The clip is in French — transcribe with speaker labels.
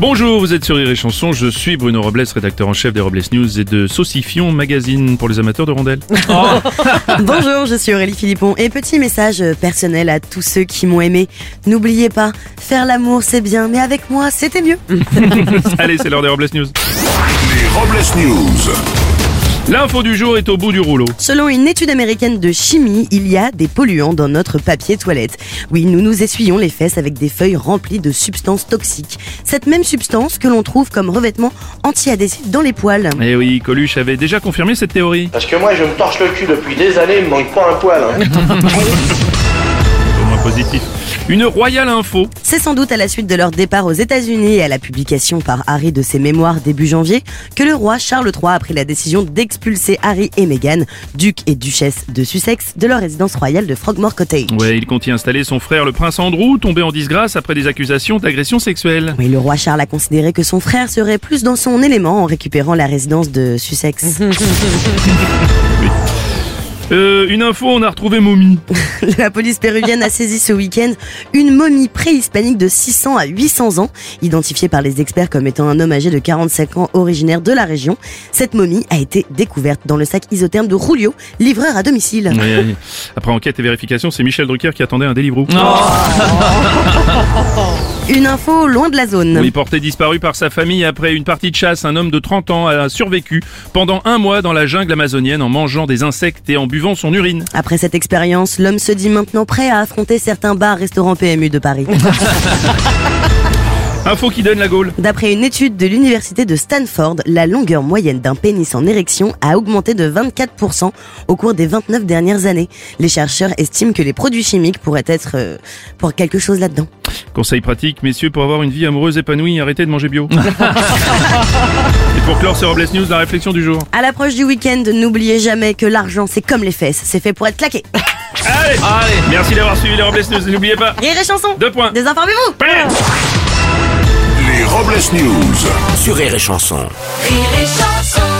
Speaker 1: Bonjour, vous êtes sur Rire et Chanson, je suis Bruno Robles, rédacteur en chef des Robles News et de Saucifion, magazine pour les amateurs de rondelles.
Speaker 2: Bonjour, je suis Aurélie Philippon et petit message personnel à tous ceux qui m'ont aimé. N'oubliez pas, faire l'amour c'est bien, mais avec moi c'était mieux.
Speaker 1: Allez, c'est l'heure des Robles News.
Speaker 3: Les Robles News.
Speaker 1: L'info du jour est au bout du rouleau.
Speaker 2: Selon une étude américaine de chimie, il y a des polluants dans notre papier toilette. Oui, nous nous essuyons les fesses avec des feuilles remplies de substances toxiques. Cette même substance que l'on trouve comme revêtement anti-adhésif dans les poils.
Speaker 1: Eh oui, Coluche avait déjà confirmé cette théorie.
Speaker 4: Parce que moi, je me torche le cul depuis des années, il me manque pas un poil. hein.
Speaker 1: Au moins positif. Une royale info.
Speaker 2: C'est sans doute à la suite de leur départ aux États-Unis et à la publication par Harry de ses mémoires début janvier que le roi Charles III a pris la décision d'expulser Harry et Meghan, duc et duchesse de Sussex, de leur résidence royale de Frogmore Cottage.
Speaker 1: Ouais, il compte y installer son frère le prince Andrew, tombé en disgrâce après des accusations d'agression sexuelle.
Speaker 2: Oui, le roi Charles a considéré que son frère serait plus dans son élément en récupérant la résidence de Sussex.
Speaker 1: Euh, une info, on a retrouvé Momie.
Speaker 2: La police péruvienne a saisi ce week-end une momie préhispanique de 600 à 800 ans, identifiée par les experts comme étant un homme âgé de 45 ans originaire de la région. Cette momie a été découverte dans le sac isotherme de Julio, livreur à domicile.
Speaker 1: Ouais, ouais. Après enquête et vérification, c'est Michel Drucker qui attendait un Deliveroo.
Speaker 2: Une info loin de la zone.
Speaker 1: Oui, porté disparu par sa famille après une partie de chasse, un homme de 30 ans a survécu pendant un mois dans la jungle amazonienne en mangeant des insectes et en buvant son urine.
Speaker 2: Après cette expérience, l'homme se dit maintenant prêt à affronter certains bars, restaurants PMU de Paris.
Speaker 1: Info qui donne la gaule.
Speaker 2: D'après une étude de l'université de Stanford, la longueur moyenne d'un pénis en érection a augmenté de 24% au cours des 29 dernières années. Les chercheurs estiment que les produits chimiques pourraient être euh, pour quelque chose là-dedans.
Speaker 1: Conseil pratique, messieurs, pour avoir une vie amoureuse épanouie, arrêtez de manger bio. et pour clore ce Robles News, la réflexion du jour.
Speaker 2: À l'approche du week-end, n'oubliez jamais que l'argent, c'est comme les fesses, c'est fait pour être claqué.
Speaker 1: Allez, Merci d'avoir suivi les Robles News, et n'oubliez pas.
Speaker 2: Rire et chanson
Speaker 1: Deux points.
Speaker 2: Désinformez-vous
Speaker 3: Les Robles News.
Speaker 5: Sur Rire et Chanson.
Speaker 6: Rire et chanson.